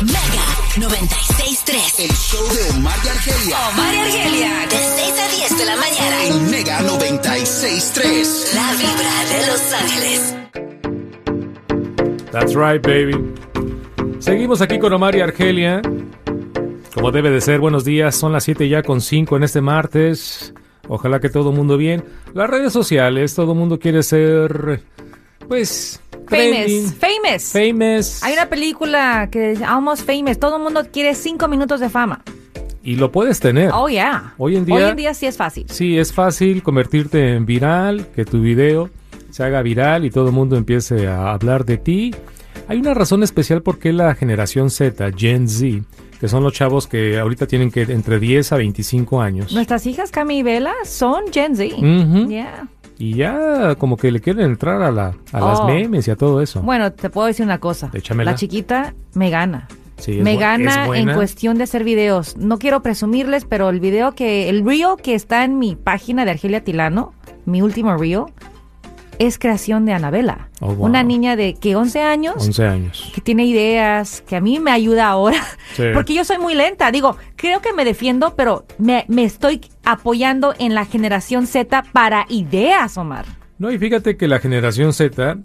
Mega 96.3. El show de Omar y Argelia. Omar y Argelia. De 6 a 10 de la mañana. En Mega 96.3. La vibra de Los Ángeles. That's right, baby. Seguimos aquí con Omar y Argelia. Como debe de ser, buenos días. Son las 7 ya con 5 en este martes. Ojalá que todo mundo bien. Las redes sociales, todo mundo quiere ser, pues, trending, Famous, famous. famous. Hay una película que es Almost Famous. Todo el mundo quiere cinco minutos de fama. Y lo puedes tener. Oh, yeah. Hoy en día- Hoy en día sí es fácil. Sí, es fácil convertirte en viral, que tu video se haga viral y todo el mundo empiece a hablar de ti. Hay una razón especial por qué la generación Z, Gen Z, que son los chavos que ahorita tienen que entre 10 a 25 años. Nuestras hijas Cami y Vela son Gen Z. Ujú. Yeah. Y ya como que le quieren entrar a, la, a las Oh. memes y a todo eso. Bueno, te puedo decir una cosa. Échamela. La chiquita me gana. Sí, es me bu- es gana en buena. cuestión de hacer videos. No quiero presumirles, pero el video que, el reel que está en mi página de Argelia Tilano, mi último reel, es creación de Anabela. Oh, wow. Una niña de que 11 años. 11 años. que tiene ideas, que a mí me ayuda ahora, Sí. porque yo soy muy lenta. Digo, creo que me defiendo, pero me, me estoy apoyando en la generación Z para ideas, Omar. No, y fíjate que la generación Z,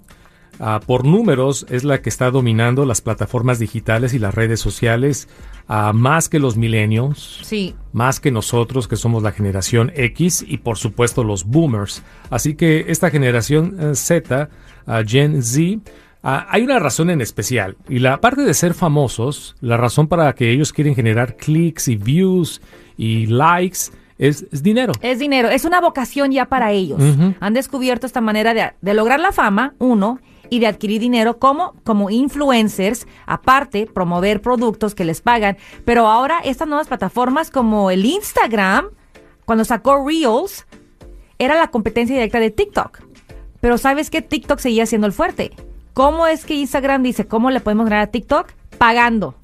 ah, por números, es la que está dominando las plataformas digitales y las redes sociales ah, más que los millennials. Sí. más que nosotros que somos la generación X y por supuesto los boomers. Así que esta generación eh, Z, ah, Gen Z, ah, hay una razón en especial. Y la parte de ser famosos, la razón para que ellos quieren generar clics y views y likes es, es dinero. Es dinero, es una vocación ya para ellos. Han descubierto esta manera de, de lograr la fama, uno, y de adquirir dinero como, como influencers, aparte, promover productos que les pagan. Pero ahora estas nuevas plataformas como el Instagram, cuando sacó Reels, era la competencia directa de TikTok. Pero ¿sabes qué? TikTok seguía siendo el fuerte. ¿Cómo es que Instagram dice, ¿cómo le podemos ganar a TikTok? Pagando.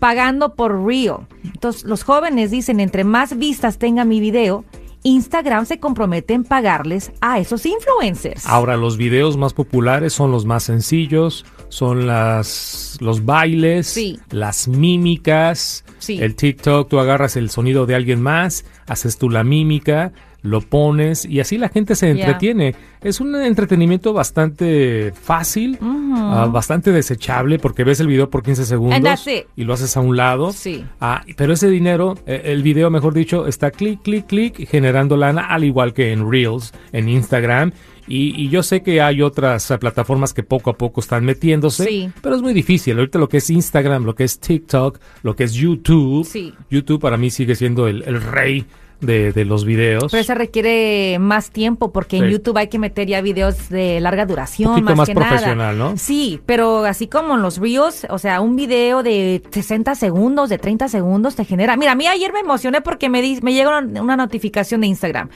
Pagando por Reel. Entonces, los jóvenes dicen, entre más vistas tenga mi video, Instagram se compromete en pagarles a esos influencers. Ahora los videos más populares son los más sencillos, son las los bailes, Sí. las mímicas, Sí. el TikTok, tú agarras el sonido de alguien más, haces tú la mímica, lo pones y así la gente se Ya. entretiene. Es un entretenimiento bastante fácil, ah, bastante desechable porque ves el video por 15 And segundos that's it. y lo haces a un lado. Sí. Ah, pero ese dinero, eh, el video, mejor dicho, está clic, clic, clic, generando lana, al igual que en Reels, en Instagram. Y, y yo sé que hay otras eh, plataformas que poco a poco están metiéndose, Sí. pero es muy difícil. Ahorita lo que es Instagram, lo que es TikTok, lo que es YouTube. Sí. YouTube para mí sigue siendo el, el rey de, de los videos. Pero se requiere más tiempo porque Sí. en YouTube hay que meter ya videos de larga duración. Poquito más, más que profesional, nada. ¿no? Sí, pero así como en los Reels, o sea, un video de 60 segundos, de 30 segundos te genera. Mira, a mí ayer me emocioné porque me, di- me llegó una, una notificación de Instagram.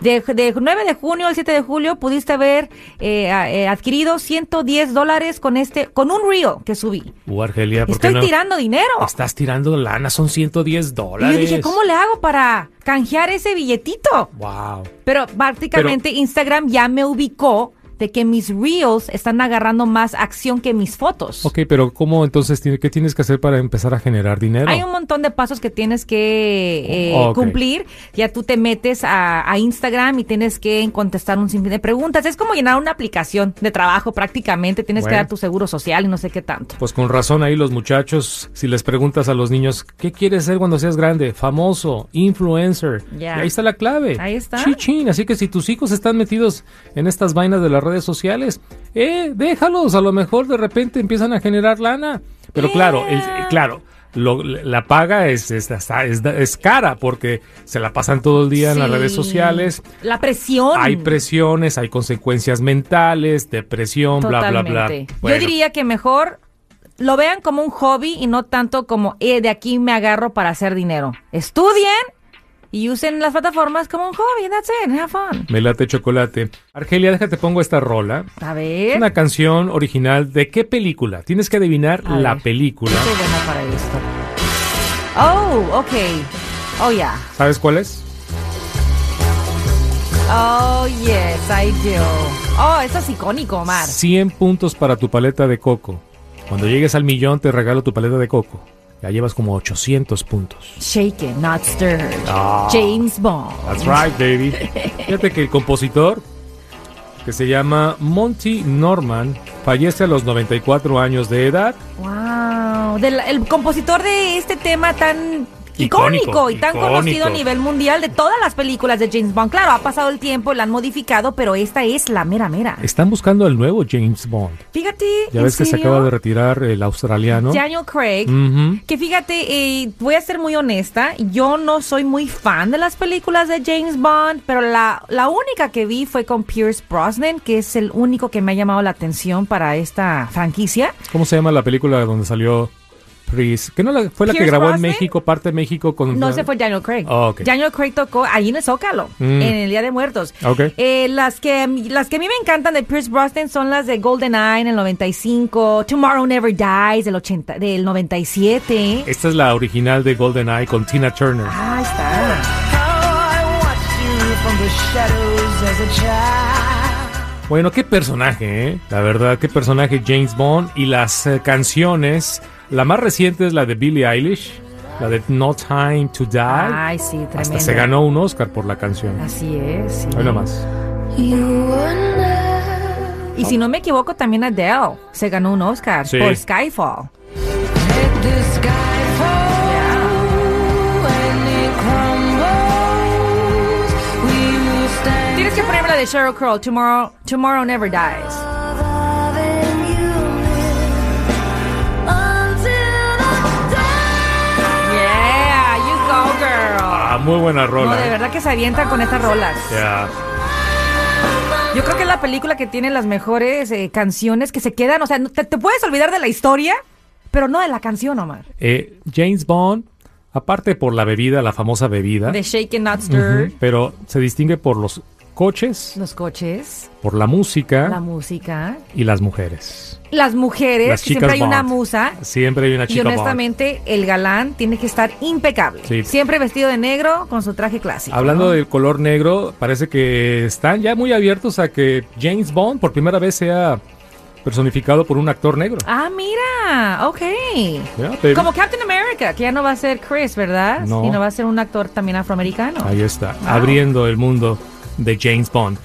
De, de 9 de junio al 7 de julio pudiste haber eh, a- eh, adquirido 110 dólares con este con un reel que subí. Uh, Argelia, ¿por qué Estoy no? tirando dinero. Estás tirando lana, son 110 Y dólares. yo dije, ¿cómo le hago para canjear ese billetito? Wow. Pero prácticamente Instagram ya me ubicó de que mis reels están agarrando más acción que mis fotos. Ok, pero ¿cómo entonces, tiene- qué tienes que hacer para empezar a generar dinero? Hay un montón de pasos que tienes que eh, Oh, Ok. cumplir. Ya tú te metes a, a Instagram y tienes que contestar un sinfín de preguntas. Es como llenar una aplicación de trabajo prácticamente. Tienes Bueno. que dar tu seguro social y no sé qué tanto. Pues con razón ahí los muchachos, si les preguntas a los niños, ¿qué quieres ser cuando seas grande? Famoso, influencer. Ya. Y ahí está la clave. Ahí está. Chichín, así que si tus hijos están metidos en estas vainas de las redes sociales, eh, déjalos, a lo mejor de repente empiezan a generar lana. Pero Eh. claro, el- eh, claro. lo- la paga es, es, es- es cara porque se la pasan todo el día en las Sí. redes sociales. La presión. Hay presiones, hay consecuencias mentales, depresión, bla, bla, bla. Totalmente. Bueno. Yo diría que mejor lo vean como un hobby y no tanto como eh, de aquí me agarro para hacer dinero. Estudien y usen las plataformas como un hobby. That's it. Have fun. Me late chocolate. Argelia, déjate pongo esta rola. A Es ver. una canción original de qué película. Tienes que adivinar A la ver. película. Soy buena para esto. Oh, ok. Oh, yeah. ¿Sabes cuál es? Oh, yes, I do. Oh, esto es icónico, Omar. 100 puntos para tu paleta de coco. Cuando llegues al millón te regalo tu paleta de coco. Ya llevas como 800 puntos. Shaken, not stirred. James Bond. Ah. That's right, baby. Fíjate que el compositor, que se llama Monty Norman, fallece a los 94 años de edad. Wow. Del- el compositor de este tema tan Icónico, icónico, y tan icónico. conocido a nivel mundial de todas las películas de James Bond. Claro, ha pasado el tiempo, la han modificado, pero esta es la mera mera. Están buscando al nuevo James Bond. Fíjate. Ya ¿en ves que se serio? acaba de retirar el australiano. Daniel Craig. Ujú. Que fíjate, eh, voy a ser muy honesta, yo no soy muy fan de las películas de James Bond, pero la, la única que vi fue con Pierce Brosnan, que es el único que me ha llamado la atención para esta franquicia. ¿Cómo se llama la película donde salió Pris? ¿Que no la- fue la que ¿Pierce grabó Brosnan? en México, parte de México con... No se fue Daniel Craig. Ah, ok. Daniel Craig tocó ahí en el Zócalo, Mm. en el Día de Muertos. Ok. Eh, las, que, las que a mí me encantan de Pierce Brosnan son las de GoldenEye en el 95, Tomorrow Never Dies del, 80, del 97. Esta es la original de GoldenEye con Tina Turner. Ah, está. Bueno, qué personaje, ¿eh? La verdad, qué personaje James Bond. Y las eh, canciones, la más reciente es la de Billie Eilish, la de No Time to Die. Ay, sí, tremendo. Hasta se ganó un Oscar por la canción. Así es. sí. Hoy nomás. Y si no me equivoco, también Adele se ganó un Oscar Sí. por Skyfall. Tienes que ponerme la de Sheryl Crow, Tomorrow, Tomorrow Never Dies. Yeah, you go, girl. Ah, muy buena No, rola. de ¿eh? verdad que se avientan con estas rolas. Ya. Yo creo que es la película que tiene las mejores eh, canciones que se quedan. O sea, no- te, te puedes olvidar de la historia, pero no de la canción, Omar. Eh, James Bond, aparte por la bebida, la famosa bebida. De Shaken Not Stirred. pero se distingue por los coches, Los coches, por la música la música, y las mujeres. las mujeres, Las que siempre chicas hay una Bond. musa. Siempre hay una Y chica Bond. honestamente, el galán tiene que estar impecable. Sí. Siempre vestido de negro con su traje clásico. Hablando ¿no? del color negro, parece que están ya muy abiertos a que James Bond por primera vez sea personificado por un actor negro. Ah, mira, ok. Ya, baby. Como Captain America, que ya no va a ser Chris, ¿verdad? No. Y no va a ser un actor también afroamericano. Ahí está, Wow. abriendo el mundo de James Bond.